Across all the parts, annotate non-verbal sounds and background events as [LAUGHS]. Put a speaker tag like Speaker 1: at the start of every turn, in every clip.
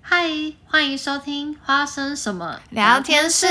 Speaker 1: 嗨，欢迎收听《花生什么
Speaker 2: 聊天室》。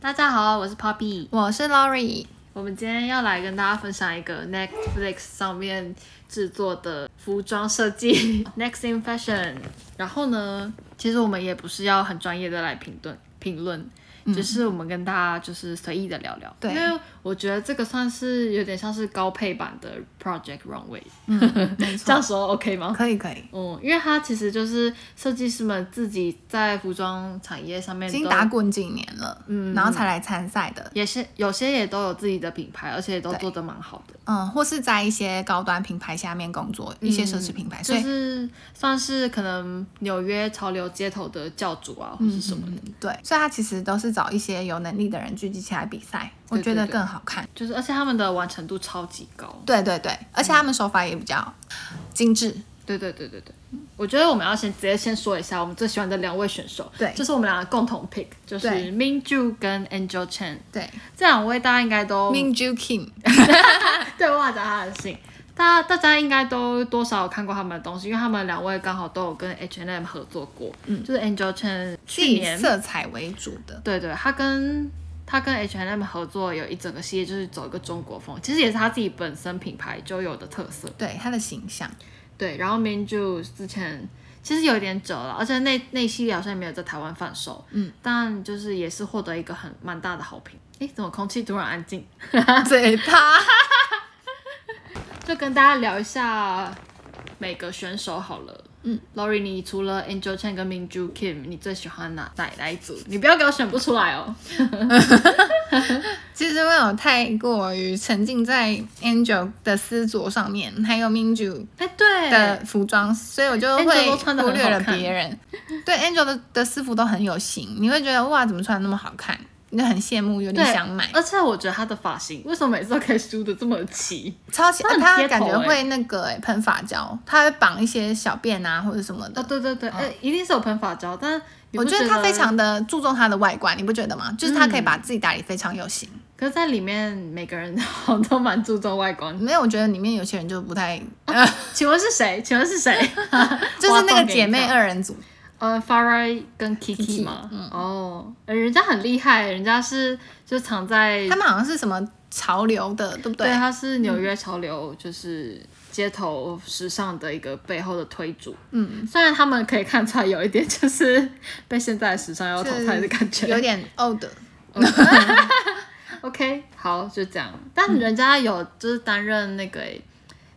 Speaker 1: 大家好，我是 Poppy。
Speaker 2: 我是 Lori，
Speaker 1: 我们今天要来跟大家分享一个 Netflix 上面制作的服装设计 [LAUGHS] Next in Fashion。然后呢，其实我们也不是要很专业的来评论评论。只是我们跟大家就是随意的聊聊，
Speaker 2: 嗯对
Speaker 1: 因为我觉得这个算是有点像是高配版的 Project Runway，、这 [LAUGHS] 样说 OK 吗？
Speaker 2: 嗯可以可以，
Speaker 1: 嗯，因为它其实就是设计师们自己在服装产业上面
Speaker 2: 已经
Speaker 1: 都
Speaker 2: 打滚几年了，嗯，然后才来参赛的，
Speaker 1: 也是有些也都有自己的品牌，而且也都
Speaker 2: 对
Speaker 1: 做得蛮好的，
Speaker 2: 嗯，或是在一些高端品牌下面工作，一些奢侈品牌，所
Speaker 1: 嗯就
Speaker 2: 以
Speaker 1: 是算是可能纽约潮流街头的教主啊，或是什么的，
Speaker 2: 对，所以他其实都是找一些有能力的人聚集起来比赛，我
Speaker 1: 对
Speaker 2: 觉得
Speaker 1: 对对
Speaker 2: 更好看。
Speaker 1: 就是而且他们的完成度超级高。
Speaker 2: 对对对，而且他们手法也比较精致，
Speaker 1: 对对对对对，我觉得我们要先直接先说一下我们最喜欢的两位选手，
Speaker 2: 对
Speaker 1: 就是我们俩的共同 pick，就是
Speaker 2: 对
Speaker 1: Minju 跟 Angel Chen
Speaker 2: 对
Speaker 1: 这两位，大家应该都
Speaker 2: ，Minju Kim，
Speaker 1: 对，我找他的信。大大家应该都多少有看过他们的东西，因为他们两位刚好都有跟 H&M 合作过，就是 Angel Chen
Speaker 2: 是
Speaker 1: 去
Speaker 2: 以
Speaker 1: 年，
Speaker 2: 色彩为主的，
Speaker 1: 对对，他跟他跟 H&M 合作有一整个系列，就是走一个中国风，其实也是他自己本身品牌就有的特色。
Speaker 2: 对他的形
Speaker 1: [LAUGHS]
Speaker 2: 象，
Speaker 1: 对，然后 Minju 之前其实有点久了，而且那那系列好像也没有在台湾贩售，嗯，但就是也是获得一个很蛮大的好评。诶，怎么空气突然安静？
Speaker 2: 嘴巴，
Speaker 1: 就跟大家聊一下每个选手好了。嗯，Lori，你除了 Angel Chen 跟 Minju Kim，你最喜欢哪哪哪一组？你不要给我选不出来哦。
Speaker 2: 其实我有太过于沉浸在 Angel 的思索上面，还有 Minju
Speaker 1: 哎，对
Speaker 2: 的服装，所以我就
Speaker 1: Angel
Speaker 2: 会
Speaker 1: 都穿得很
Speaker 2: 忽略了
Speaker 1: 好看
Speaker 2: 别人。对 Angel 的的私服都很有型，你会觉得哇，怎么穿得那么好看？你就很羡慕，有
Speaker 1: 对
Speaker 2: 点想买，
Speaker 1: 而且我觉得他的发型为什么每次都可以梳的这么齐？
Speaker 2: 超喜
Speaker 1: 它很
Speaker 2: 他
Speaker 1: 贴头
Speaker 2: 感觉
Speaker 1: 欸
Speaker 2: 会那个欸喷发胶，他会绑一些小辫啊或者什么
Speaker 1: 哦，
Speaker 2: 的。
Speaker 1: 对对对，哎、一定是有喷发胶，但你
Speaker 2: 我
Speaker 1: 不
Speaker 2: 觉得
Speaker 1: 得嗯
Speaker 2: 他
Speaker 1: [LAUGHS]
Speaker 2: 非常的注重他的外观，你不觉得吗？就是他可以把自己打理非常有型。
Speaker 1: 可是在里面每个人好像都蛮注重外观。
Speaker 2: 没有，我觉得里面有些人就不太，
Speaker 1: 请问是谁？请问是谁？
Speaker 2: 就是那
Speaker 1: 挖洞
Speaker 2: 个
Speaker 1: 给你
Speaker 2: 姐妹
Speaker 1: 看
Speaker 2: 二人组，
Speaker 1: [LAUGHS] 呃 f a r a 跟 Kiki
Speaker 2: Kiki，
Speaker 1: 嘛，哦，呃人家很厉害，人家是就藏在
Speaker 2: 他们好像是什么潮流的，对不对？嗯
Speaker 1: 对，他是纽约潮流，就是街头时尚的一个背后的推主。嗯，虽然他们可以看出来有一点就是 [LAUGHS] 被现在的时尚要淘汰的感觉。
Speaker 2: [LAUGHS] 有点 old。 [LAUGHS]
Speaker 1: OK，好，就这样。
Speaker 2: 嗯
Speaker 1: 但人家有就是担任那个、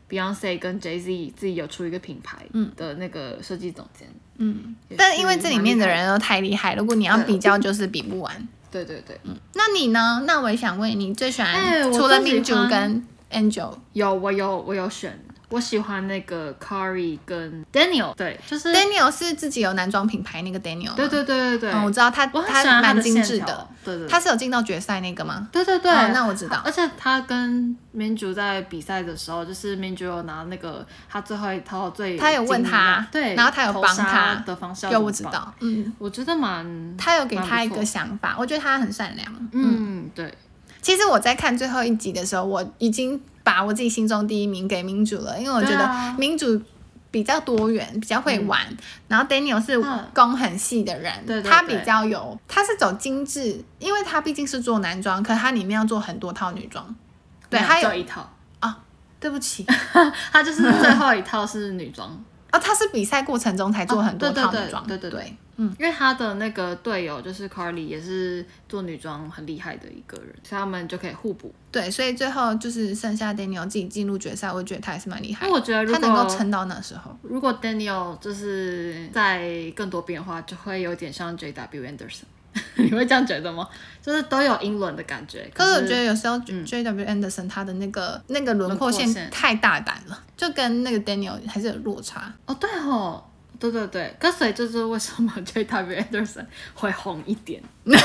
Speaker 1: Beyonce 跟 Jay Z 自己有出一个品牌的那个设计总监。嗯，
Speaker 2: 嗯但因为这里面的，人都太厉害，如果你要比较，就是比不完。
Speaker 1: 对对对，
Speaker 2: 那你呢？那我也想问你，最喜欢、
Speaker 1: 哎我
Speaker 2: 除了
Speaker 1: 最喜
Speaker 2: 民主
Speaker 1: 欢
Speaker 2: 跟 Angel，Daniel
Speaker 1: 有我有我有选，我喜欢那个 c a r i 跟 Daniel，对，就是。
Speaker 2: 是自己有男装品牌那个 Daniel，吗
Speaker 1: 对对对对对，
Speaker 2: 嗯，我知道他
Speaker 1: 我很喜欢他
Speaker 2: 蛮
Speaker 1: 的
Speaker 2: 精
Speaker 1: 线
Speaker 2: 致
Speaker 1: 条
Speaker 2: 的，，
Speaker 1: 对对对，
Speaker 2: 他是有进到决赛那个吗？
Speaker 1: 对对对，
Speaker 2: 哦那我知道
Speaker 1: 而且他跟民主在比赛的时候，就是民主有拿那个他最后一套最
Speaker 2: 他有问他
Speaker 1: 经典的对，
Speaker 2: 然后他有
Speaker 1: 头
Speaker 2: 帮
Speaker 1: 纱
Speaker 2: 他
Speaker 1: 的方向，
Speaker 2: 有我知，道，嗯，
Speaker 1: 我觉得蛮
Speaker 2: 他有给他一
Speaker 1: 蛮不
Speaker 2: 个
Speaker 1: 错
Speaker 2: 想法，我觉得他很善良。
Speaker 1: 嗯对，
Speaker 2: 其实我在看最后一集的时候，我已经把我自己心中第一名给民主了，因为我觉
Speaker 1: 对
Speaker 2: 得
Speaker 1: 啊
Speaker 2: 民主比较多元，比较会玩，然后 Daniel 是
Speaker 1: 嗯
Speaker 2: 工很细的人，
Speaker 1: 对对
Speaker 2: 他比
Speaker 1: 对
Speaker 2: 较有，他是走精致，因为他毕竟是做男装，可他里面要做很多套女装，对，
Speaker 1: 没
Speaker 2: 他
Speaker 1: 有
Speaker 2: 有
Speaker 1: 只一套，
Speaker 2: 啊，对不 [LAUGHS] 起
Speaker 1: 他就是最后一套是女装，
Speaker 2: 啊，他是比赛过程中才做很多
Speaker 1: 啊对对
Speaker 2: 套
Speaker 1: 对
Speaker 2: 女装，
Speaker 1: 对对
Speaker 2: 对
Speaker 1: 对
Speaker 2: 嗯
Speaker 1: 因为他的那个队友就是 Carly 也是做女装很厉害的一个人，所以他们就可以互补。
Speaker 2: 对所以最后就是剩下 Daniel 自己进入决赛，我觉得他还是蛮厉害
Speaker 1: 那
Speaker 2: 的，
Speaker 1: 我觉得如
Speaker 2: 哎他
Speaker 1: 果
Speaker 2: 能够撑到那时候。
Speaker 1: 如果 Daniel 就是在更多变化，就会有点像 J.W. Anderson，你 [LAUGHS] 会这样觉得吗？就是都有英伦的感觉。
Speaker 2: 可是我觉
Speaker 1: 得
Speaker 2: 得有时候 J W Anderson 他的那个那个
Speaker 1: 嗯轮
Speaker 2: 轮廓
Speaker 1: 廓线
Speaker 2: 线太大胆了，就跟那个 Daniel 还是有落差。
Speaker 1: 哦，对哦，对对对，可所以这就是为什么 [LAUGHS] J.W. Anderson 会红一
Speaker 2: [LAUGHS]
Speaker 1: 点，是不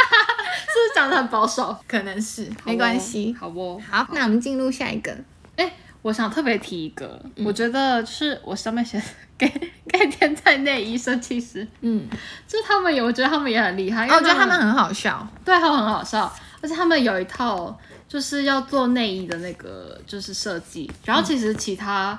Speaker 1: 是讲的很保守？
Speaker 2: 可能是 [LAUGHS] 没关系。
Speaker 1: 好哦。
Speaker 2: 好，那我们进入下一个。
Speaker 1: 哎，我想特别提一个，
Speaker 2: 嗯
Speaker 1: 我觉得是我上面写的 [LAUGHS] 给给天在内衣设计师，
Speaker 2: 嗯，
Speaker 1: 就是他们有，我觉得他们也很厉害，因
Speaker 2: 哦，
Speaker 1: 为
Speaker 2: 我觉得他们很好笑。
Speaker 1: 对，他们很好笑，而且他们有一套就是要做内衣的那个就是设计，然后其实其他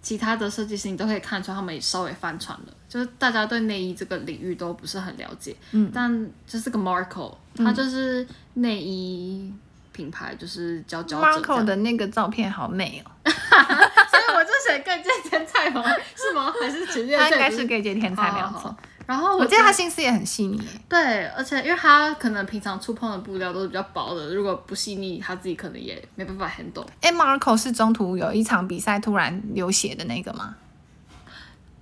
Speaker 1: 其他的设计师你都可以看出他们也稍微翻船了，就是大家对内衣这个领域都不是很了解。嗯，但就是个 Marco，他
Speaker 2: 嗯
Speaker 1: 就是内衣品牌就是佼佼者这
Speaker 2: Marco
Speaker 1: 样。
Speaker 2: 的那个照片好美哦，
Speaker 1: 所以我就选更见天菜吗？是吗？还是前面
Speaker 2: [LAUGHS] 他应
Speaker 1: 这
Speaker 2: 该
Speaker 1: 不
Speaker 2: 是给姐天才没有
Speaker 1: 好好
Speaker 2: 错
Speaker 1: 好。然后
Speaker 2: 我
Speaker 1: 我
Speaker 2: 记得他心思也很细腻耶，
Speaker 1: 对，而且因为他可能平常触碰的布料都是比较薄的，如果不细腻，他自己可能也没办法 handle。
Speaker 2: 哎，Marco 是中途有一场比赛突然流血的那个吗？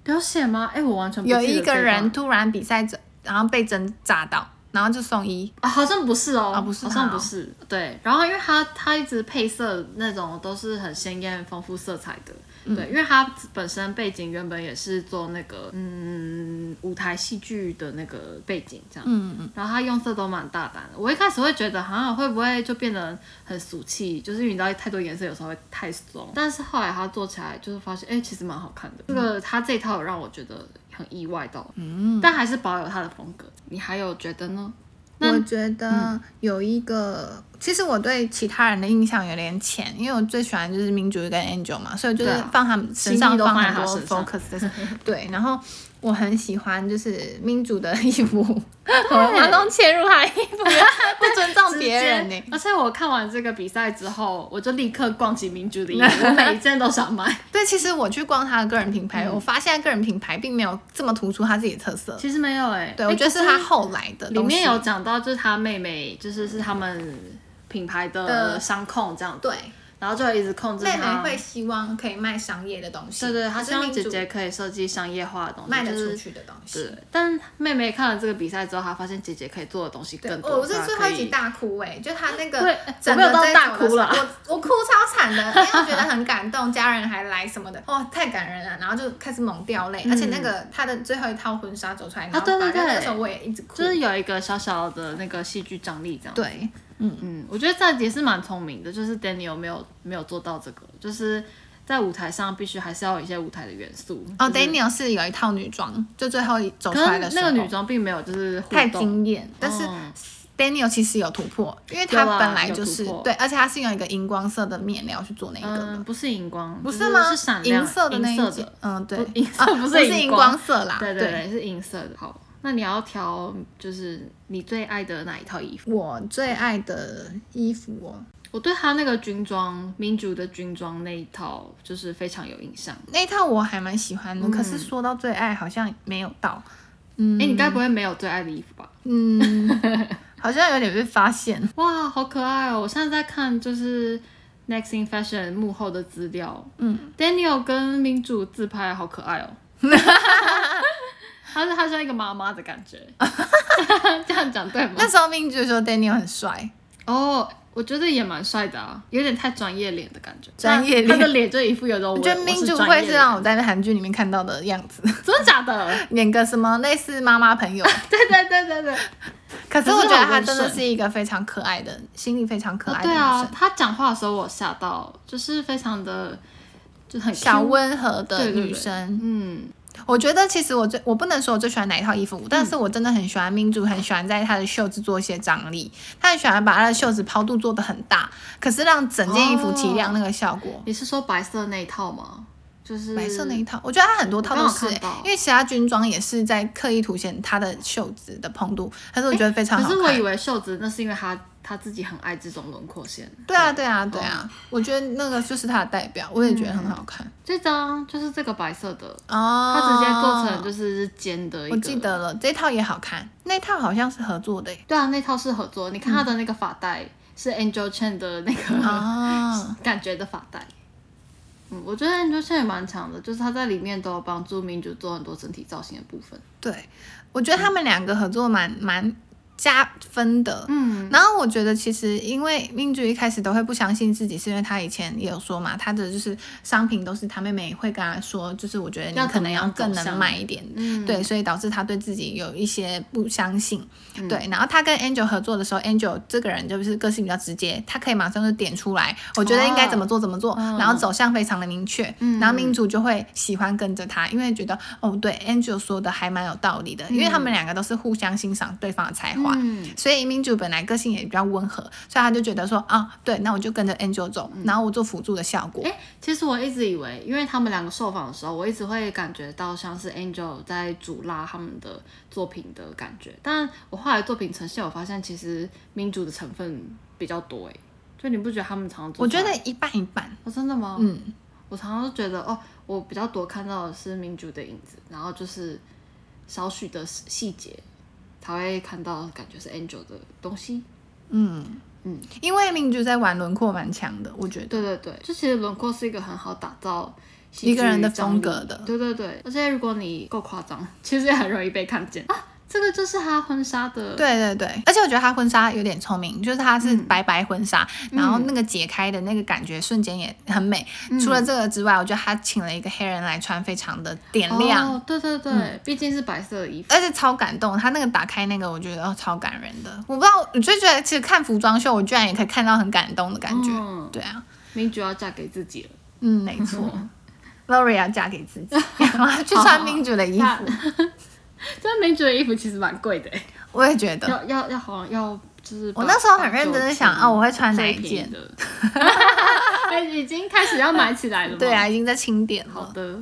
Speaker 1: 有写吗？哎，我完全不记
Speaker 2: 有
Speaker 1: 得
Speaker 2: 一
Speaker 1: 这
Speaker 2: 个
Speaker 1: 段
Speaker 2: 人突然比赛针，然后被针扎到，然后就送医。
Speaker 1: 啊，好像不是哦，
Speaker 2: 啊不是
Speaker 1: 好
Speaker 2: 他
Speaker 1: 像
Speaker 2: 哦
Speaker 1: 不是。对，然后因为他他一直配色那种都是很鲜艳、丰富色彩的。对，因为他本身背景原本也是做那个嗯舞台戏剧的那个背景这样，嗯嗯，然后他用色都蛮大胆的。我一开始会觉得好像会不会就变得很俗气，就是因为你知道太多颜色有时候会太松，但是后来他做起来就是发现，哎、其实蛮好看的。这个他这一套有让我觉得很意外到，嗯，但还是保有他的风格。你还有觉得呢？那嗯
Speaker 2: 我觉得有一个，其实我对其他人的印象有点浅，因为我最喜欢就是民主跟 Angel 嘛，所以我就是
Speaker 1: 对啊
Speaker 2: 放他们身
Speaker 1: 心
Speaker 2: 上
Speaker 1: 力都
Speaker 2: 放
Speaker 1: 放在
Speaker 2: 很
Speaker 1: 他
Speaker 2: 多
Speaker 1: 身上
Speaker 2: focus 的，
Speaker 1: [LAUGHS]
Speaker 2: 对，然后。我很喜欢就是民主的衣
Speaker 1: [LAUGHS]
Speaker 2: 服，我马上切入他的衣服，不尊重别人呢、
Speaker 1: 而且我看完这个比赛之后，我就立刻逛起民族
Speaker 2: [LAUGHS]
Speaker 1: 的衣服，我每一件都想买。
Speaker 2: 对，其实我去逛他的个人品牌，
Speaker 1: 嗯
Speaker 2: 我发现他个人品牌并没有这么突出他自己的特色。
Speaker 1: 其实没有哎、
Speaker 2: 对，
Speaker 1: 哎
Speaker 2: 我觉得是
Speaker 1: 可
Speaker 2: 他后来的
Speaker 1: 里
Speaker 2: 东
Speaker 1: 面
Speaker 2: 西
Speaker 1: 有讲到，就是他妹妹，就是是他们品牌的
Speaker 2: 的
Speaker 1: 商控这样子，
Speaker 2: 对
Speaker 1: 然后就一直控制
Speaker 2: 妹妹
Speaker 1: 他。
Speaker 2: 会希望可以卖商业的东西，
Speaker 1: 啊对对，她
Speaker 2: 可
Speaker 1: 希
Speaker 2: 是
Speaker 1: 望
Speaker 2: 民
Speaker 1: 姐
Speaker 2: 主
Speaker 1: 姐可以设计商业化的东西，
Speaker 2: 卖得
Speaker 1: 就
Speaker 2: 出
Speaker 1: 是
Speaker 2: 去的东西。
Speaker 1: 对，但妹妹看了这个比赛之后，她发现姐姐可以做的东西
Speaker 2: 对
Speaker 1: 更多。
Speaker 2: 哦我是
Speaker 1: 她
Speaker 2: 最
Speaker 1: 可
Speaker 2: 后
Speaker 1: 以
Speaker 2: 一集大哭哎、就他那个
Speaker 1: 对哎
Speaker 2: 整
Speaker 1: 我没
Speaker 2: 个
Speaker 1: 有到
Speaker 2: 这一
Speaker 1: 大
Speaker 2: 种的
Speaker 1: 哭啦
Speaker 2: 时候我我哭超惨的，因为我觉得很感动，家人还来什么的，哇，太感人了，然后就开始猛掉泪，而且那个他的最后一套婚纱走出来，然
Speaker 1: 嗯
Speaker 2: 后
Speaker 1: 哦对对
Speaker 2: 反正
Speaker 1: 对
Speaker 2: 那时候我也一直哭，
Speaker 1: 就是有一个小小的那个戏剧张力这样。
Speaker 2: 对，
Speaker 1: 嗯，我觉得这也是蛮聪明的，就是 Daniel 没有没有做到这个，就是在舞台上必须还是要有一些舞台的元素。
Speaker 2: 哦
Speaker 1: 就是
Speaker 2: ，Daniel 是有一套女装，就最后一走出
Speaker 1: 可
Speaker 2: 来
Speaker 1: 能
Speaker 2: 的时
Speaker 1: 那
Speaker 2: 候，
Speaker 1: 个女装并没有就是互
Speaker 2: 太
Speaker 1: 动，
Speaker 2: 惊艳，但是。
Speaker 1: 嗯
Speaker 2: Daniel 其实有突破，因为他
Speaker 1: 有啊
Speaker 2: 本来就是、
Speaker 1: 有突破
Speaker 2: 对，而且他是用一个荧光色的面料去做那个的，
Speaker 1: 嗯，不是荧光，
Speaker 2: 不
Speaker 1: 就是
Speaker 2: 吗？
Speaker 1: 是闪亮
Speaker 2: 银色的那
Speaker 1: 银
Speaker 2: 一
Speaker 1: 色
Speaker 2: 件
Speaker 1: 的，
Speaker 2: 嗯，对，
Speaker 1: 不银 [LAUGHS] 色
Speaker 2: 啊
Speaker 1: 不
Speaker 2: 不
Speaker 1: 是
Speaker 2: 是
Speaker 1: 荧
Speaker 2: 荧
Speaker 1: 光
Speaker 2: 光色啦，
Speaker 1: 对对对，是银色的。好，那你要挑就是你最爱的哪一套衣服？
Speaker 2: 我最爱的衣服哦，
Speaker 1: 我对他那个军装，民族的军装那一套就是非常有印象。
Speaker 2: 那一套我还蛮喜欢的，
Speaker 1: 嗯
Speaker 2: 可是说到最爱好像没有到，嗯
Speaker 1: 哎、你该不会没有最爱的衣服吧？
Speaker 2: 好像有点被发现。
Speaker 1: 哇，好可爱哦！我现在在看就是 Next in Fashion 幕后的资料，嗯，Daniel 跟民主自拍好可爱
Speaker 2: [LAUGHS]
Speaker 1: 哦，他是他像一个妈妈的感
Speaker 2: [LAUGHS]
Speaker 1: 觉，这样讲对吗？
Speaker 2: 那时候命主说 Daniel 很帅，
Speaker 1: 哦。我觉得也蛮帅的啊，有点太专业脸的感觉。
Speaker 2: 专业脸
Speaker 1: 他的脸就一副有哦种我
Speaker 2: 我觉得
Speaker 1: 我
Speaker 2: 命
Speaker 1: 是
Speaker 2: 主
Speaker 1: 专
Speaker 2: 会
Speaker 1: 业
Speaker 2: 是
Speaker 1: 脸
Speaker 2: 让我在韩剧里面看到的样子， [LAUGHS]
Speaker 1: 真的假的？
Speaker 2: 演个什么类似妈
Speaker 1: [LAUGHS]
Speaker 2: 妈朋友。
Speaker 1: 对对对对对，
Speaker 2: 可是
Speaker 1: 可是
Speaker 2: 我觉得
Speaker 1: 很
Speaker 2: 她
Speaker 1: 温
Speaker 2: 真的
Speaker 1: 顺
Speaker 2: 是一个非常可爱的，心里非常可
Speaker 1: 哦
Speaker 2: 爱的
Speaker 1: 对
Speaker 2: 女
Speaker 1: 啊
Speaker 2: 生，，
Speaker 1: 他讲话的时候我吓到，就是非常的就很
Speaker 2: 小
Speaker 1: Q
Speaker 2: 温和的
Speaker 1: 对对
Speaker 2: 女
Speaker 1: 对
Speaker 2: 生。
Speaker 1: 嗯，
Speaker 2: 我觉得其实我最我不能说我最喜欢哪一套衣服，但是
Speaker 1: 嗯
Speaker 2: 我真的很喜欢民主，很喜欢在她的袖子做一些张力，她很喜欢把她的袖子抛度做的很大，可是让整件衣服提亮那个效果。
Speaker 1: 你是说白色那一套吗？就是
Speaker 2: 白色那一套，我觉得她很多套都
Speaker 1: 嗯
Speaker 2: 是、
Speaker 1: 我刚好看到
Speaker 2: 因为其他军装也是在刻意凸显她的袖子的蓬度，但是我觉得非常
Speaker 1: 可
Speaker 2: 好看。
Speaker 1: 是我以为袖子那是因为他他自己很爱这种轮廓线。
Speaker 2: 对啊，对啊，对啊，我觉得那个就是她的代表，我也觉得很好看。
Speaker 1: 这张就是这个白色的，
Speaker 2: 哦，
Speaker 1: 它直接做成就是尖的一个。
Speaker 2: 我记。得了，这套也好看，那套好像是合作的耶。
Speaker 1: 对啊，那套是合作，你看他的那个发带、是 Angel Chen 的那个、
Speaker 2: 啊，
Speaker 1: 感觉的发带。嗯，我觉得 Angel Chen 也蛮强的，就是他在里面都有帮助民主做很多整体造型的部分。
Speaker 2: 对，我觉得他们两个合作蛮蛮加分的。
Speaker 1: 嗯，
Speaker 2: 然后我觉得其实因为命主一开始都会不相信自己，是因为他以前也有说嘛，他的就是商品都是他妹妹会跟他说，就是我觉得
Speaker 1: 要
Speaker 2: 你
Speaker 1: 怎
Speaker 2: 可能
Speaker 1: 么
Speaker 2: 要
Speaker 1: 样
Speaker 2: 更
Speaker 1: 走
Speaker 2: 能
Speaker 1: 向
Speaker 2: 卖一点，
Speaker 1: 嗯
Speaker 2: 对，所以导致他对自己有一些不相信。
Speaker 1: 嗯
Speaker 2: 对，然后他跟 Angel 合作的时候，Angel 这个人就是个性比较直接，他可以马上就点出来，我觉得应该
Speaker 1: 哦
Speaker 2: 怎么做怎么做，
Speaker 1: 嗯
Speaker 2: 然后走向非常的明确，然后民主就会喜欢跟着他，因为觉得哦，对，Angel 说的还蛮有道理的，因为他们两个都是互相欣赏对方的才华，话。
Speaker 1: 嗯
Speaker 2: 所以民主本来个性也比较温和，所以他就觉得说啊，对，那我就跟着 Angel 走，然后我做辅助的效果。
Speaker 1: 哎、其实我一直以为，因为他们两个受访的时候，我一直会感觉到像是 Angel 在主拉他们的作品的感觉，但我后来作品呈现，我发现其实民主的成分比较多哎，就你不觉得他们常常做
Speaker 2: 我
Speaker 1: 出
Speaker 2: 觉
Speaker 1: 来？
Speaker 2: 得一半一半，
Speaker 1: 哦，真的吗？
Speaker 2: 嗯，
Speaker 1: 我常常都觉得哦，我比较多看到的是民主的影子，然后就是少许的细节才会看到，感觉是 Angel 的东西。
Speaker 2: 因为民主在玩轮廓蛮强的，我觉得。
Speaker 1: 对对对，就其实轮廓是一个很好打造戏剧
Speaker 2: 一个人的
Speaker 1: 张
Speaker 2: 风
Speaker 1: 力
Speaker 2: 格的
Speaker 1: 对对对，而且如果你够夸张， [LAUGHS] 其实也很容易被看见啊。这个就是他婚纱的，
Speaker 2: 对对对，嗯而且我觉得他婚纱有点聪明，就是他是白白婚纱，然后那个解开的那个感觉瞬间也很美。除了这个之外，我觉得他请了一个黑人来穿，非常的点亮，嗯
Speaker 1: 哦，对对对，毕竟是白色的衣服。
Speaker 2: 而且超感动。他那个打开那个，我觉得、哦、超感人的。我不知道，我就觉得其实看服装秀，我居然也可以看到很感动的感觉。
Speaker 1: 嗯
Speaker 2: 对啊，
Speaker 1: 民主要嫁给自己了，
Speaker 2: 嗯，没错。Loria 嫁给自己，然后她去穿民主的衣
Speaker 1: 那
Speaker 2: 服，
Speaker 1: 这民主的衣服其实蛮贵的欸，
Speaker 2: 我也
Speaker 1: [LAUGHS]
Speaker 2: 觉得。
Speaker 1: 要要要好像要就是把。
Speaker 2: 嗯我那时候很认真的想，
Speaker 1: 把
Speaker 2: 哦，我会穿哪
Speaker 1: 最
Speaker 2: 一
Speaker 1: 便宜
Speaker 2: 件？
Speaker 1: 的？ [LAUGHS] 哎，已经开始要买起来了吗？
Speaker 2: [LAUGHS] 对啊，，已经在清点了
Speaker 1: 好。的，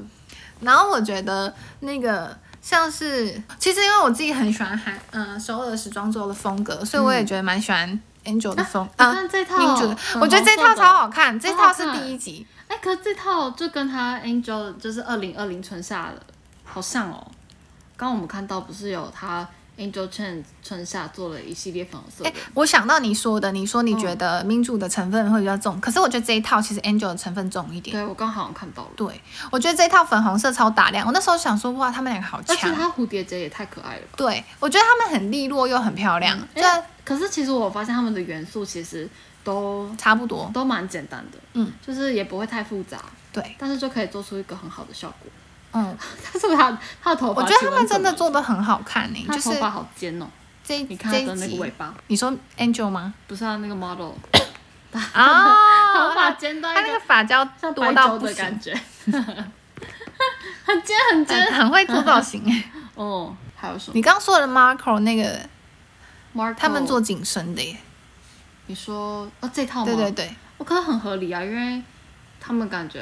Speaker 2: 然后我觉得那个像是，其实因为我自己很喜欢韩，呃，首尔时装周的风格，所以我也觉得蛮喜欢 Angel 的风，
Speaker 1: 啊
Speaker 2: 啊，
Speaker 1: 你看这套
Speaker 2: 民主的
Speaker 1: 粉
Speaker 2: 我觉得这
Speaker 1: 红
Speaker 2: 套
Speaker 1: 色的
Speaker 2: 超好看，这
Speaker 1: 好
Speaker 2: 套是
Speaker 1: 看
Speaker 2: 第一集，
Speaker 1: 哎，可是这套就跟他 Angel 就是二零二零春夏的，好像哦。刚刚我们看到不是有他 Angel Chen 春夏做了一系列粉红色的
Speaker 2: 哎，，我想到你说的，你说
Speaker 1: 嗯
Speaker 2: 你觉得民主的成分会比较重，可是我觉得这一套其实 Angel 的成分重一点。
Speaker 1: 对我刚好像看到了。
Speaker 2: 对，我觉得这一套粉红色超打亮，我那时候想说，哇，他们两个好
Speaker 1: 而且
Speaker 2: 强。
Speaker 1: 他蝴蝶结也太可爱了吧！
Speaker 2: 对，我觉得他们很利落又很漂亮，这
Speaker 1: 哎可是其实我发现他们的元素其实都
Speaker 2: 差不多。
Speaker 1: 都蛮简单的，
Speaker 2: 嗯，
Speaker 1: 就是也不会太复杂，
Speaker 2: 对，
Speaker 1: 但是就可以做出一个很好的效果。 [LAUGHS]
Speaker 2: 嗯，
Speaker 1: 但是他他的头发，
Speaker 2: 我觉得他们真的，做的很好看呢、
Speaker 1: 他
Speaker 2: 就
Speaker 1: 头
Speaker 2: 是
Speaker 1: 发好尖哦，
Speaker 2: 这
Speaker 1: 你看
Speaker 2: 这
Speaker 1: 他的
Speaker 2: 一
Speaker 1: 那个
Speaker 2: 集
Speaker 1: 尾巴，
Speaker 2: 你说
Speaker 1: [LAUGHS]
Speaker 2: Angel 吗？
Speaker 1: 不是他那个
Speaker 2: [LAUGHS]
Speaker 1: model，
Speaker 2: 啊
Speaker 1: 头发尖到
Speaker 2: 他
Speaker 1: 一
Speaker 2: 那个发胶
Speaker 1: 像
Speaker 2: 多
Speaker 1: 白
Speaker 2: 到
Speaker 1: 粥
Speaker 2: 不
Speaker 1: 的
Speaker 2: 行
Speaker 1: 感，觉，很尖 [LAUGHS] 很
Speaker 2: 真
Speaker 1: 尖。
Speaker 2: [LAUGHS] 很会做造
Speaker 1: [LAUGHS]
Speaker 2: 型哎。
Speaker 1: 哦，还有什么
Speaker 2: 你刚刚说的 Marco 那个，
Speaker 1: ？Marco，
Speaker 2: 他们做紧身的耶，
Speaker 1: 你说哦这套吗？
Speaker 2: 对对，对，
Speaker 1: 我可能很合理啊，因为他们感觉，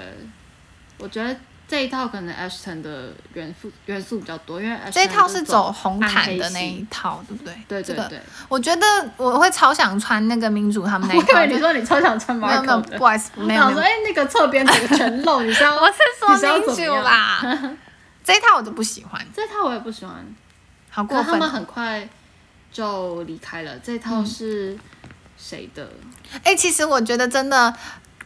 Speaker 1: 我觉得这一套可能 Ashton 的元素元素比较多，因为 Ashton
Speaker 2: 这一套
Speaker 1: 就是走
Speaker 2: 走红
Speaker 1: 暗
Speaker 2: 毯
Speaker 1: 黑
Speaker 2: 的
Speaker 1: 系
Speaker 2: 那一套，对不对？
Speaker 1: 对
Speaker 2: 这
Speaker 1: 对
Speaker 2: 个
Speaker 1: 对。
Speaker 2: 我觉得我会超想穿那个民主他们那
Speaker 1: 我
Speaker 2: 一
Speaker 1: 以
Speaker 2: 套，
Speaker 1: 为你
Speaker 2: 就
Speaker 1: 说你超想穿
Speaker 2: 没有没
Speaker 1: Marco 的
Speaker 2: 有，不，好意思，没
Speaker 1: [LAUGHS]
Speaker 2: 有
Speaker 1: 我想说
Speaker 2: 没有，
Speaker 1: 哎那个侧边整个全露，你知道吗？
Speaker 2: [LAUGHS] 我是
Speaker 1: 你是要
Speaker 2: 说民
Speaker 1: 怎
Speaker 2: 主
Speaker 1: 么样
Speaker 2: 啦。 [LAUGHS] 这一套我就不喜欢，
Speaker 1: 这套我也不喜欢，
Speaker 2: 好
Speaker 1: 可
Speaker 2: 过
Speaker 1: 是他
Speaker 2: 分
Speaker 1: 们
Speaker 2: 哦。
Speaker 1: 很快就离开了。这套
Speaker 2: 嗯
Speaker 1: 是谁的？
Speaker 2: 哎、其实我觉得真的，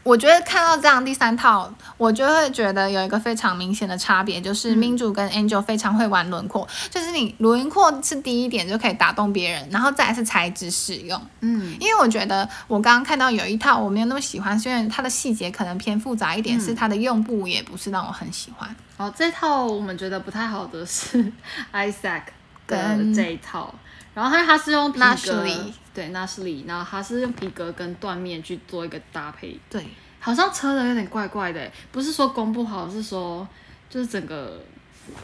Speaker 2: 我觉得看到这样第三套，我就会觉得有一个非常明显的差别，
Speaker 1: 嗯
Speaker 2: 就是民主跟 Angel 非常会玩轮廓，就是你轮廓是第一点就可以打动别人，然后再来是材质使用。
Speaker 1: 嗯
Speaker 2: 因为我觉得我刚刚看到有一套我没有那么喜欢，虽然它的细节可能偏复杂一点，是它的用布也不是让我很喜欢。
Speaker 1: 哦，这套我们觉得不太好的是 [LAUGHS] Isaac
Speaker 2: 跟
Speaker 1: 的这一套，然后他他是用皮革
Speaker 2: Nashley，
Speaker 1: 对 n a s h l e 然后他是用皮革跟缎面去做一个搭配，
Speaker 2: 对，
Speaker 1: 好像车的有点怪怪的，不是说公不好，是说就是整个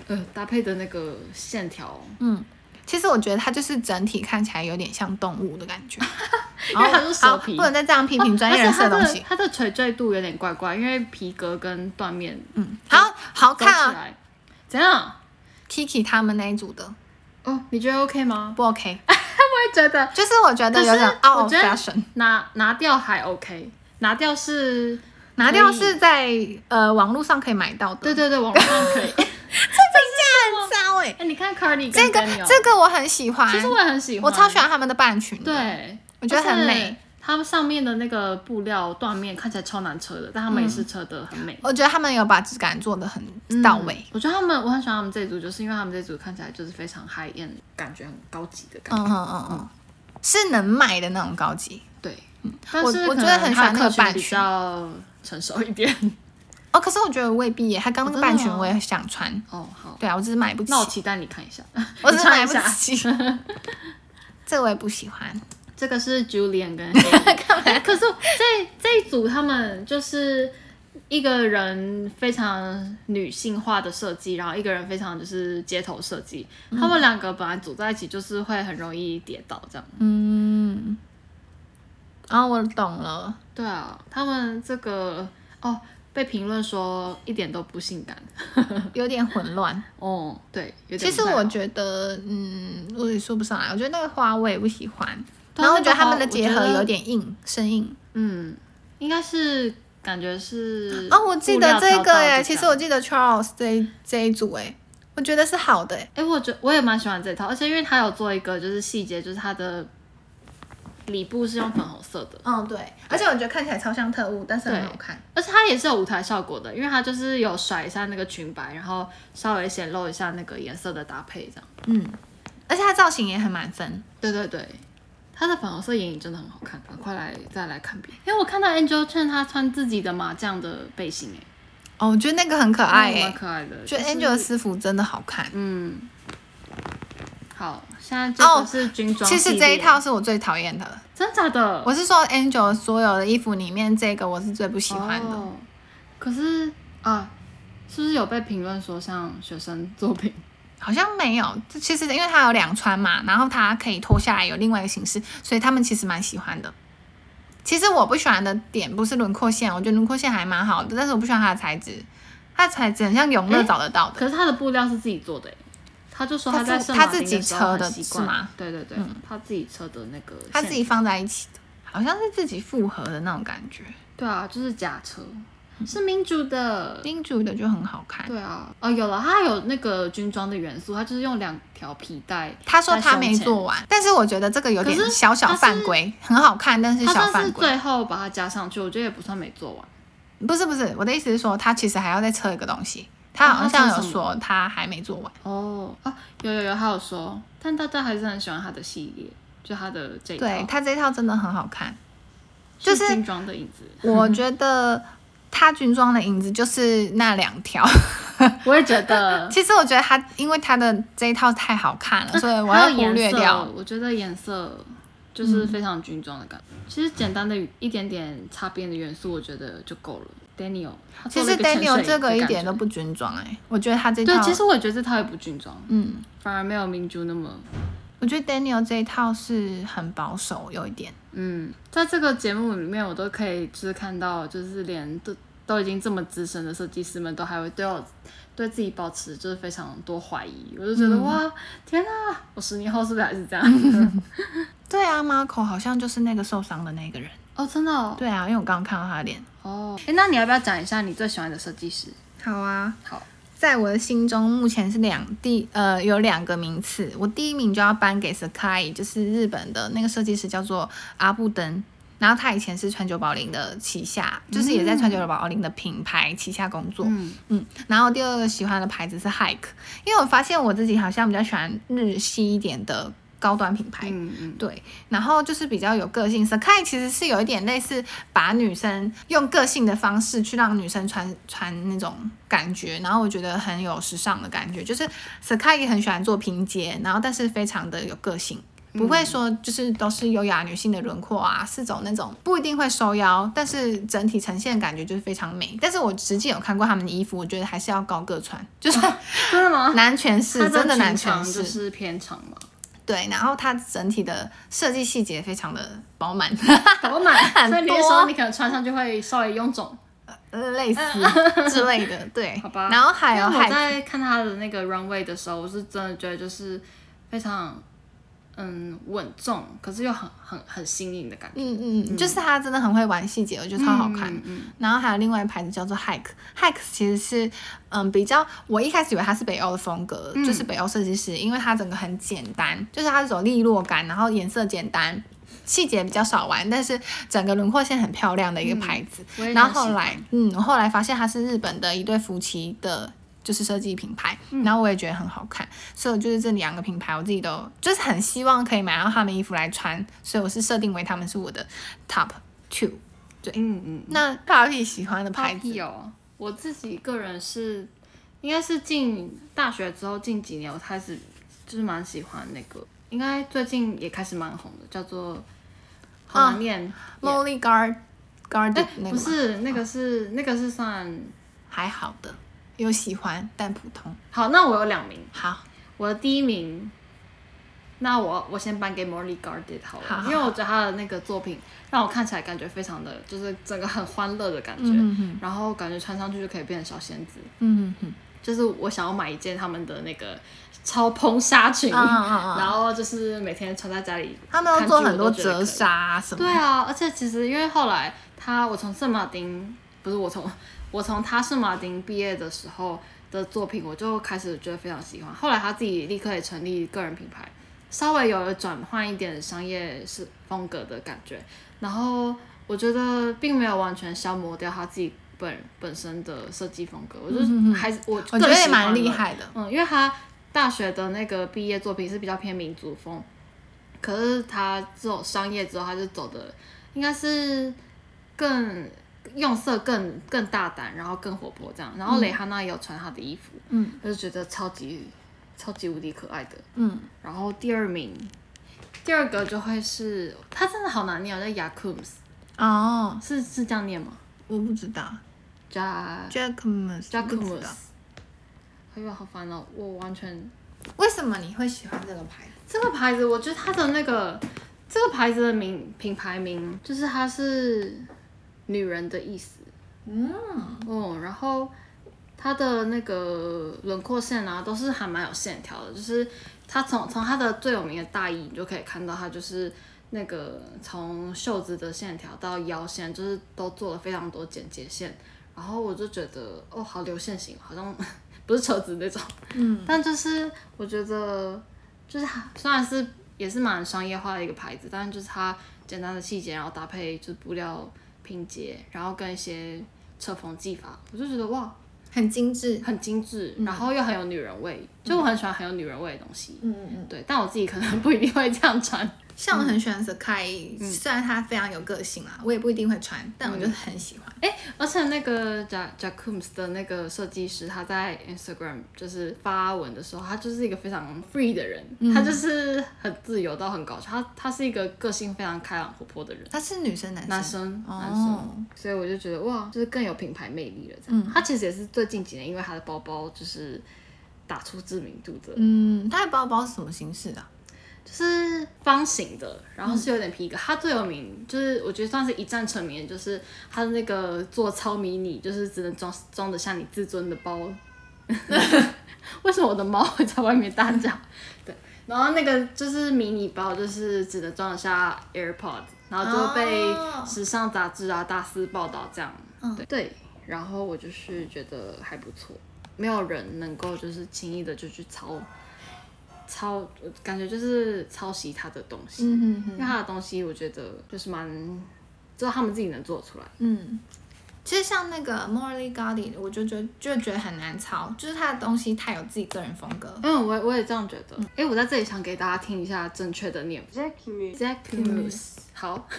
Speaker 1: 呃搭配的那个线条，
Speaker 2: 嗯。其实我觉得它就是整体看起来有点像动物的感
Speaker 1: [LAUGHS]
Speaker 2: 觉，
Speaker 1: 因为它是蛇
Speaker 2: 好
Speaker 1: 皮
Speaker 2: 不能再这样批评专业人士的
Speaker 1: [LAUGHS]
Speaker 2: 东西。
Speaker 1: 它的垂坠度有点怪怪，因为皮革跟缎面
Speaker 2: 嗯，好好
Speaker 1: 走
Speaker 2: 看啊
Speaker 1: 起，来，怎样？
Speaker 2: Kiki 他们那一组的
Speaker 1: 哦，你觉得 OK 吗？
Speaker 2: 不 OK，
Speaker 1: 我也觉得
Speaker 2: 就是我觉得
Speaker 1: 可是
Speaker 2: 有点 out
Speaker 1: 我
Speaker 2: of
Speaker 1: 觉得
Speaker 2: fashion。
Speaker 1: 拿拿掉还 OK，拿掉是，
Speaker 2: 拿掉是在呃网络上可以买到的，
Speaker 1: 对对对，网络上
Speaker 2: [LAUGHS]
Speaker 1: 可以。哎、
Speaker 2: 很糟哎、
Speaker 1: 你看 Cardi
Speaker 2: 这
Speaker 1: 跟
Speaker 2: 个
Speaker 1: Daniel，
Speaker 2: 这个我很喜欢，
Speaker 1: 其实我也很喜欢，
Speaker 2: 我超喜。欢他们的半裙的，，
Speaker 1: 对，
Speaker 2: 我觉得很
Speaker 1: 而且
Speaker 2: 美。
Speaker 1: 他们上面的那个布料缎面看起来超难扯的，但他们也是扯的很美，
Speaker 2: 我觉得他们有把质感做的很嗯到位。
Speaker 1: 嗯我觉得他们，我很喜欢他们这一组，就是因为他们这一组看起来就是非常 high end，感觉很高级的感
Speaker 2: 嗯
Speaker 1: 觉。
Speaker 2: 嗯嗯嗯，是能买的那种高级。
Speaker 1: 对，但是
Speaker 2: 嗯我
Speaker 1: 可
Speaker 2: 觉得
Speaker 1: 能
Speaker 2: 很喜
Speaker 1: 他
Speaker 2: 欢
Speaker 1: 的
Speaker 2: 那个
Speaker 1: 客群
Speaker 2: 版
Speaker 1: 比
Speaker 2: 型
Speaker 1: 较成熟一
Speaker 2: [LAUGHS]
Speaker 1: 点。
Speaker 2: 哦，可是我觉得未必耶，他刚那
Speaker 1: 哦真
Speaker 2: 个
Speaker 1: 的
Speaker 2: 半裙
Speaker 1: 吗
Speaker 2: 我也想穿。
Speaker 1: 哦，好，
Speaker 2: 对啊，我只是买不
Speaker 1: [LAUGHS]
Speaker 2: 起
Speaker 1: 那，我期待你看一下，
Speaker 2: 我只
Speaker 1: 你
Speaker 2: 是
Speaker 1: 穿
Speaker 2: 买
Speaker 1: 一
Speaker 2: 不
Speaker 1: 下。
Speaker 2: 起。 [LAUGHS] 这我也不喜欢。 [LAUGHS]
Speaker 1: 这个是 Julian 跟 Haley 可是这这一组他们就是一个人非常女性化的设计，然后一个人非常就是街头设计，
Speaker 2: 嗯
Speaker 1: 他们两个本来组在一起就是会很容易跌倒这样。
Speaker 2: 嗯，然、哦后我懂了，
Speaker 1: 对啊，他们这个哦被评论说一点都不性感，
Speaker 2: 有点混乱。
Speaker 1: 哦，对，有点
Speaker 2: 其实
Speaker 1: 不太好
Speaker 2: 我觉得，嗯，我也说不上来。我觉得那个花我也不喜欢，
Speaker 1: 对啊
Speaker 2: 然后我觉得
Speaker 1: 那
Speaker 2: 他
Speaker 1: 个花
Speaker 2: 们的结
Speaker 1: 我
Speaker 2: 合
Speaker 1: 觉得
Speaker 2: 有点硬，生硬。
Speaker 1: 嗯，应该是感觉是
Speaker 2: 哦，我记得这个耶，
Speaker 1: 哎，
Speaker 2: 其实我记得 Charles 这一这一组哎，我觉得是好的哎。
Speaker 1: 哎、我觉我也蛮喜欢这套，而且因为它有做一个就是细节，就是它的里布是用粉红色的，
Speaker 2: 嗯，对，而且我觉得看起来超像特务，但是很好看。
Speaker 1: 而且它也是有舞台效果的，因为它就是有甩一下那个裙摆，然后稍微显露一下那个颜色的搭配，这样。
Speaker 2: 嗯，而且它造型也很满分。
Speaker 1: 对对对，它的粉红色眼影真的很好看，赶快来再来看别的。因为我看到 Angel Chen 她穿自己的麻将的背心、
Speaker 2: 哦，我觉得那个很可
Speaker 1: 哎，
Speaker 2: 爱
Speaker 1: 嗯蛮
Speaker 2: 哎，
Speaker 1: 可爱的。
Speaker 2: 觉得
Speaker 1: 就是
Speaker 2: Angel 的私服真的好看。
Speaker 1: 嗯，好，现在这个
Speaker 2: 哦
Speaker 1: 是军装、
Speaker 2: 其实这一，套是我最讨厌的，
Speaker 1: 真假的？
Speaker 2: 我是说 Angel 所有的衣服里面，这个我是最不喜欢的。
Speaker 1: 哦、可是啊，是不是有被评论说像学生作品？
Speaker 2: 好像没有，这其实因为它有两穿嘛，然后它可以脱下来有另外一个形式，所以他们其实蛮喜欢的。其实我不喜欢的点不是轮廓线，哦我觉得轮廓线还蛮好的，但是我不喜欢它的材质，它的材质很像永乐
Speaker 1: 诶
Speaker 2: 找得到的。
Speaker 1: [LAUGHS] 可是他的布料是自己做的欸，他就说
Speaker 2: 他
Speaker 1: 在
Speaker 2: 自
Speaker 1: 圣马
Speaker 2: 他自
Speaker 1: 丁
Speaker 2: 己
Speaker 1: 的时候
Speaker 2: 车的
Speaker 1: 很习惯
Speaker 2: 是吗？
Speaker 1: 对对对，他自己车的那个线，
Speaker 2: 它自己放在一起的，好像是自己复合的那种感觉。
Speaker 1: 对啊，就是假车，是嗯民主的。
Speaker 2: 叮嘱的就很好看。
Speaker 1: 对啊，哦有了，它有那个军装的元素，它就是用两条皮带。
Speaker 2: 他说他没做完，但是我觉得这个有点
Speaker 1: 可是
Speaker 2: 小小
Speaker 1: 它是
Speaker 2: 犯规，很好看，但是
Speaker 1: 哦它
Speaker 2: 小
Speaker 1: 算
Speaker 2: 犯
Speaker 1: 是
Speaker 2: 规。
Speaker 1: 最后把它加上去，我觉得也不算没做完。
Speaker 2: 不是不是，我的意思是说，他其实还要再测一个东西。他
Speaker 1: 哦
Speaker 2: 好
Speaker 1: 它
Speaker 2: 像
Speaker 1: 测
Speaker 2: 有
Speaker 1: 什么
Speaker 2: 说他还没做完。
Speaker 1: 哦啊，有有有，他有说，但大家还是很喜欢他的系列，就他的这一套。
Speaker 2: 对他这一套真的很好
Speaker 1: [LAUGHS]
Speaker 2: 看，
Speaker 1: 就
Speaker 2: 就是
Speaker 1: 精装的影子。
Speaker 2: 我觉得他军装的影子就是那两条。 [LAUGHS]
Speaker 1: 我也觉得，
Speaker 2: 其实我觉得他，因为他的这一套太好看了，所以我要
Speaker 1: 啊还有
Speaker 2: 忽
Speaker 1: 颜
Speaker 2: 略
Speaker 1: 色哦
Speaker 2: 掉。嗯
Speaker 1: 我觉得颜色就是非常军装的感觉。其实简单的一点点擦边的元素，我觉得就够了。Daniel，他
Speaker 2: 其
Speaker 1: 做了
Speaker 2: 实
Speaker 1: 一个潜水
Speaker 2: Daniel 这个
Speaker 1: 的
Speaker 2: 一
Speaker 1: 感
Speaker 2: 点
Speaker 1: 觉
Speaker 2: 都不军装哎、我觉得他这套
Speaker 1: 对，其实我也觉得这套也不军装，
Speaker 2: 嗯，
Speaker 1: 反而没有明珠那么。
Speaker 2: 我觉得 Daniel 这一套是很保守，有一点。
Speaker 1: 嗯，在这个节目里面，我都可以就是看到，就是连都都已经这么资深的设计师们，都还会对我对自己保持就是非常多怀疑。我就
Speaker 2: 嗯
Speaker 1: 觉得、哇，天啊，我十年后是不是还是这样？
Speaker 2: 对啊，Marco 好像就是那个受伤的那个人。
Speaker 1: 哦，真的哦。
Speaker 2: 对啊，因为我刚刚看到他的脸。
Speaker 1: 哦，哎，那你要不要讲一下你最喜欢的设计师？
Speaker 2: 好啊，
Speaker 1: 好，
Speaker 2: 在我的心中，目前是两第呃有两个名次，我第一名就要颁给 Sky，就是日本的那个设计师叫做阿布登，然后他以前是川久保玲的旗下，就是也在川久保玲的品牌旗下工作。
Speaker 1: 嗯
Speaker 2: 嗯，然后第二个喜欢的牌子是 Hike，因为我发现我自己好像比较喜欢日系一点的高端品牌。
Speaker 1: 嗯嗯，
Speaker 2: 对，然后就是比较有个性。Sky 其实是有一点类似把女生用个性的方式去让女生穿穿那种感觉，然后我觉得很有时尚的感觉。就是 Sky 也很喜欢做拼接，然后但是非常的有个性。
Speaker 1: 嗯
Speaker 2: 不会说就是都是优雅女性的轮廓啊，是走那种不一定会收腰，但是整体呈现的感觉就是非常美。但是我实际有看过他们的衣服，我觉得还是要高个穿，就是
Speaker 1: 真的
Speaker 2: [LAUGHS]
Speaker 1: 吗？
Speaker 2: 难诠释，
Speaker 1: 哦他
Speaker 2: 真的难
Speaker 1: 裙
Speaker 2: 诠
Speaker 1: 长
Speaker 2: 释。
Speaker 1: 就是偏长嘛，
Speaker 2: 对，然后它整体的设计细节非常的饱满，
Speaker 1: 饱满，
Speaker 2: [LAUGHS] 很
Speaker 1: 哦所以你的
Speaker 2: 多
Speaker 1: 时候你可能穿上就会稍微臃肿。
Speaker 2: 呃类似之类的，对。
Speaker 1: 嗯好吧
Speaker 2: 然后还有
Speaker 1: 因为我
Speaker 2: 海，
Speaker 1: 在看他的那个 runway 的时候，我是真的觉得就是非常嗯稳重，可是又很很很新颖的感觉，
Speaker 2: 嗯嗯，嗯就是它真的很会玩细节，我觉得超好看。
Speaker 1: 嗯嗯
Speaker 2: 然后还有另外一牌子叫做 Hike，Hike 其实是嗯比较，我一开始以为它是北欧的风格，就是
Speaker 1: 嗯
Speaker 2: 北欧设计师，因为它整个很简单，就是它走利落感，然后颜色简单，细节比较少玩，但是整个轮廓线很漂亮的
Speaker 1: 嗯
Speaker 2: 一个牌子。
Speaker 1: 我也
Speaker 2: 然
Speaker 1: 很
Speaker 2: 后后
Speaker 1: 喜
Speaker 2: 来，嗯，我后来发现它是日本的一对夫妻的，就是设计品牌，
Speaker 1: 嗯
Speaker 2: 然后我也觉得很好看，所以我就是这两个品牌，我自己都就是很希望可以买到他们衣服来穿，所以我是设定为他们是我的 top two。
Speaker 1: 嗯嗯，
Speaker 2: 那 Papi 喜欢的
Speaker 1: 牌
Speaker 2: 牌子
Speaker 1: 子哦，我自己个人是应该是进大学之后近几年我开始就是蛮喜欢那个，应该最近也开始蛮红的，叫做好难念
Speaker 2: Molly Gar Garden
Speaker 1: 哎，
Speaker 2: 啊
Speaker 1: 不
Speaker 2: 那个吗？
Speaker 1: 是，那个是那个是算
Speaker 2: 还好的，有喜欢但普通。
Speaker 1: 好。那我有两名，
Speaker 2: 好，
Speaker 1: 我的第一名，那我我先颁给 Molly Garded 好了，
Speaker 2: 好好
Speaker 1: 因为我觉得她的那个作品让我看起来感觉非常的，就是整个很欢乐的感觉，
Speaker 2: 嗯哼
Speaker 1: 然后感觉穿上去就可以变成小仙子。
Speaker 2: 嗯哼
Speaker 1: 就是我想要买一件他们的那个超蓬纱裙，
Speaker 2: 嗯嗯嗯嗯
Speaker 1: 然后就是每天穿在家里，
Speaker 2: 他们要做很多
Speaker 1: 看剧我都觉得可
Speaker 2: 折
Speaker 1: 以
Speaker 2: 纱啊什么
Speaker 1: 对
Speaker 2: 的。
Speaker 1: 啊，而且其实因为后来他，我从圣马丁不是我从 [LAUGHS] 我从他圣马丁毕业的时候的作品，我就开始觉得非常喜欢。后来他自己立刻也成立个人品牌，稍微有转换一点商业是风格的感觉，然后我觉得并没有完全消磨掉他自己本本身的设计风格，我就
Speaker 2: 嗯嗯嗯
Speaker 1: 还是我
Speaker 2: 我觉得
Speaker 1: 更
Speaker 2: 也
Speaker 1: 喜欢
Speaker 2: 蛮厉
Speaker 1: 了
Speaker 2: 害的。
Speaker 1: 嗯，因为他大学的那个毕业作品是比较偏民族风，可是他这种商业之后，他就走的应该是更用色更更大胆，然后更活泼这样。然后蕾哈娜也有穿她的衣服，
Speaker 2: 嗯，
Speaker 1: 我就觉得超级超级无敌可爱的。
Speaker 2: 嗯，
Speaker 1: 然后第二名，第二个就会是他真的好难念哦，叫 Yakums，
Speaker 2: 哦，
Speaker 1: 是是这样念吗
Speaker 2: 我不知道
Speaker 1: Ja
Speaker 2: j a c k m u s j a c k m u
Speaker 1: Yakums
Speaker 2: s。
Speaker 1: 哎呦，好烦哦！我完全
Speaker 2: 为什么你会喜欢这个牌？
Speaker 1: 这个牌子，我觉得它的那个这个牌子的名品牌名，就是它是女人的意思。嗯，哦，然后它的那个轮廓线啊，都是还蛮有线条的，就是它从从它的最有名的大衣，你就可以看到它就是。那个从袖子的线条到腰线，就是都做了非常多剪接线，然后我就觉得哦，好流线型，好像 [LAUGHS] 不是车子那种，嗯，但就是我觉得就是它虽然是也是蛮商业化的一个牌子，但是就是它简单的细节，然后搭配就是布料拼接，然后跟一些车缝技法，我就觉得哇，
Speaker 2: 很精致。
Speaker 1: 很精致，然后又很有女人味，就我很喜欢很有女人味的东西。
Speaker 2: 嗯嗯嗯，
Speaker 1: 对，但我自己可能不一定会这样穿。
Speaker 2: 像我很喜欢 Sky，、虽然他非常有个性啊啦，我也不一定会穿，但我就是很喜欢。
Speaker 1: 哎，而且那个 Ja Jacums 的那个设计师，他在 Instagram 就是发文的时候，他就是一个非常 free 的人，
Speaker 2: 嗯
Speaker 1: 他就是很自由到很搞笑，他他是一个个性非常开朗活泼的人。
Speaker 2: 他是女生男生？
Speaker 1: 男生，
Speaker 2: 哦嗯
Speaker 1: 男生，所以我就觉得哇，就是更有品牌魅力了。这样，他其实也是最近几年，因为他的包包就是打出知名度的，
Speaker 2: 嗯，他的包包是什么形式的啊？
Speaker 1: 就是方形的，然后是有点皮革。他最有名就是我觉得算是一战成名，就是他的那个做超迷你，就是只能装装得下你自尊的包。 [LAUGHS] 为什么我的猫会在外面大叫？对，然后那个就是迷你包，就是只能装得下 AirPods，然后就被
Speaker 2: 哦
Speaker 1: 时尚杂志啊大肆报道这样。
Speaker 2: 嗯
Speaker 1: 对对，然后我就是觉得还不错，没有人能够就是轻易的就去抄抄，我感觉就是抄袭他的东西，
Speaker 2: 嗯
Speaker 1: 因为他的东西我觉得就是蛮，知道他们自己能做出来。
Speaker 2: 嗯，其实像那个 Morley g a r d y 我就觉得就觉得很难抄，就是他的东西太有自己个人风格。
Speaker 1: 嗯，我也我也这样觉得。哎、我在这里想给大家听一下正确的念法
Speaker 3: Jacquemus.
Speaker 1: Jacquemus，好， [LAUGHS]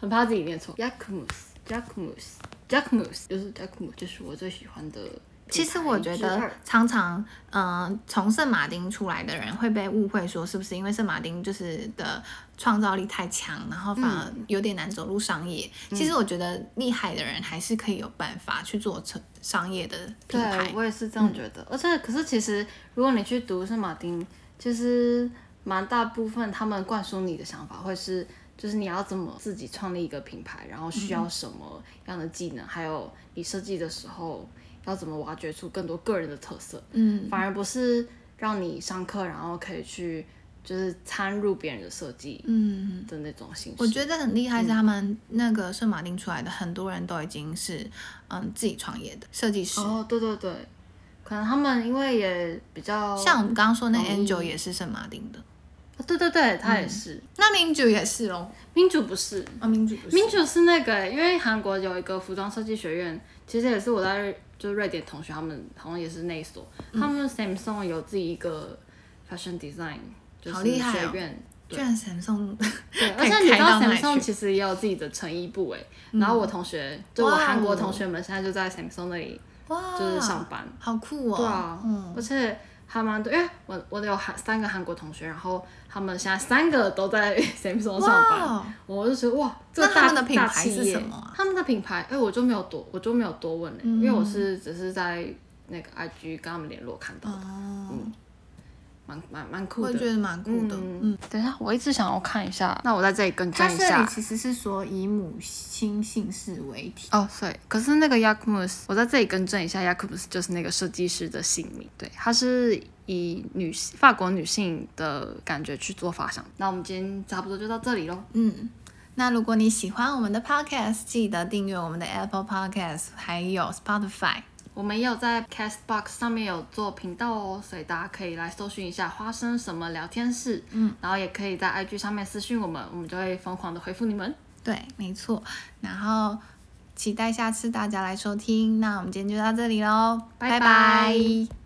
Speaker 1: 很怕自己念错。Jacquemus，Jacquemus，Jacquemus，就是 Jacquemus，就是我最喜欢的品牌之
Speaker 2: 其
Speaker 1: 二。
Speaker 2: 实我觉得常常，嗯、从圣马丁出来的人会被误会说是不是因为圣马丁就是的创造力太强，然后反而
Speaker 1: 嗯
Speaker 2: 有点难走入商业。其实我觉得厉害的人还是可以有办法去做成商业的品牌
Speaker 1: 对，。我也是这
Speaker 2: 嗯
Speaker 1: 样觉得。而且，可是其实如果你去读圣马丁，其实蛮大部分他们灌输你的想法会是，就是你要怎么自己创立一个品牌，然后需
Speaker 2: 嗯
Speaker 1: 要什么样的技能，还有你设计的时候要怎么挖掘出更多个人的特色，
Speaker 2: 嗯
Speaker 1: 反而不是让你上课然后可以去就是参入别人的设计
Speaker 2: 嗯。
Speaker 1: 的那种形式。
Speaker 2: 我觉得很厉
Speaker 1: 嗯
Speaker 2: 害是他们那个圣马丁出来的，很多人都已经是嗯自己创业的设计师，
Speaker 1: 哦，对对对，可能他们因为也比较
Speaker 2: 像我们刚刚说那个
Speaker 1: 同
Speaker 2: Angel 也是圣马丁的，
Speaker 1: 对对对，他
Speaker 2: 嗯
Speaker 1: 也是、
Speaker 2: 那民主也是咯，
Speaker 1: 民主不是。
Speaker 2: 啊民主不
Speaker 1: 民主是那个欸、因为韩国有一个服装设计学院，其实也是我在瑞就瑞典同学，他们好像也是那一所，
Speaker 2: 嗯
Speaker 1: 他们 Samsung 有自己一个 fashion design，就是
Speaker 2: 好厉害
Speaker 1: 学
Speaker 2: 哦
Speaker 1: 院。
Speaker 2: 居然 Samsung [LAUGHS]
Speaker 1: 对，而
Speaker 2: 可以
Speaker 1: 且你知
Speaker 2: 开
Speaker 1: 道
Speaker 2: 到那
Speaker 1: Samsung
Speaker 2: 去
Speaker 1: 其实也有自己的成衣部哎、然后我同学就我
Speaker 2: 哇哦
Speaker 1: 韩国同学们现在就在 Samsung 那里
Speaker 2: 哇，
Speaker 1: 就是上班，
Speaker 2: 好酷哦，
Speaker 1: 对啊，
Speaker 2: 嗯，
Speaker 1: 而且还蛮多，因为我我有韩三个韩国同学，然后他们现在三个都在 [LAUGHS] Samsung 上
Speaker 2: 哇
Speaker 1: 班，我就觉得哇，这个
Speaker 2: 那他
Speaker 1: 大
Speaker 2: 们的品
Speaker 1: 大
Speaker 2: 牌
Speaker 1: 企
Speaker 2: 是
Speaker 1: 业
Speaker 2: 什么啊
Speaker 1: 他们的品牌，哎、我就没有多，我就没有多问、欸因为我是只是在那
Speaker 2: 嗯
Speaker 1: 个 IG 跟他们联络看到的，嗯，蛮蛮蛮酷
Speaker 2: 我
Speaker 1: 的
Speaker 2: 也。觉得蛮酷的。
Speaker 1: 嗯，等一下，我一直想要看一下，那我在这里更
Speaker 2: 它
Speaker 1: 正一
Speaker 2: 这里
Speaker 1: 下。
Speaker 2: 其实是说以母亲姓氏为体，
Speaker 1: 哦，对，可是那个 Yakumus，我在这里更正一下，Yakumus 就是那个设计师的姓名，对，他是以女性法国女性的感觉去做发想。那我们今天差不多就到这里喽，
Speaker 2: 嗯。那如果你喜欢我们的 podcast，记得订阅我们的 Apple Podcast，还有 Spotify。
Speaker 1: 我们也有在 Castbox 上面有做频道哦，所以大家可以来搜寻一下“花生什么聊天室”，嗯，然后也可以在 IG 上面私讯我们，我们就会疯狂的回复你们。
Speaker 2: 对，没错。然后期待下次大家来收听。那我们今天就到这里喽，
Speaker 1: 拜
Speaker 2: 拜
Speaker 1: 拜
Speaker 2: 拜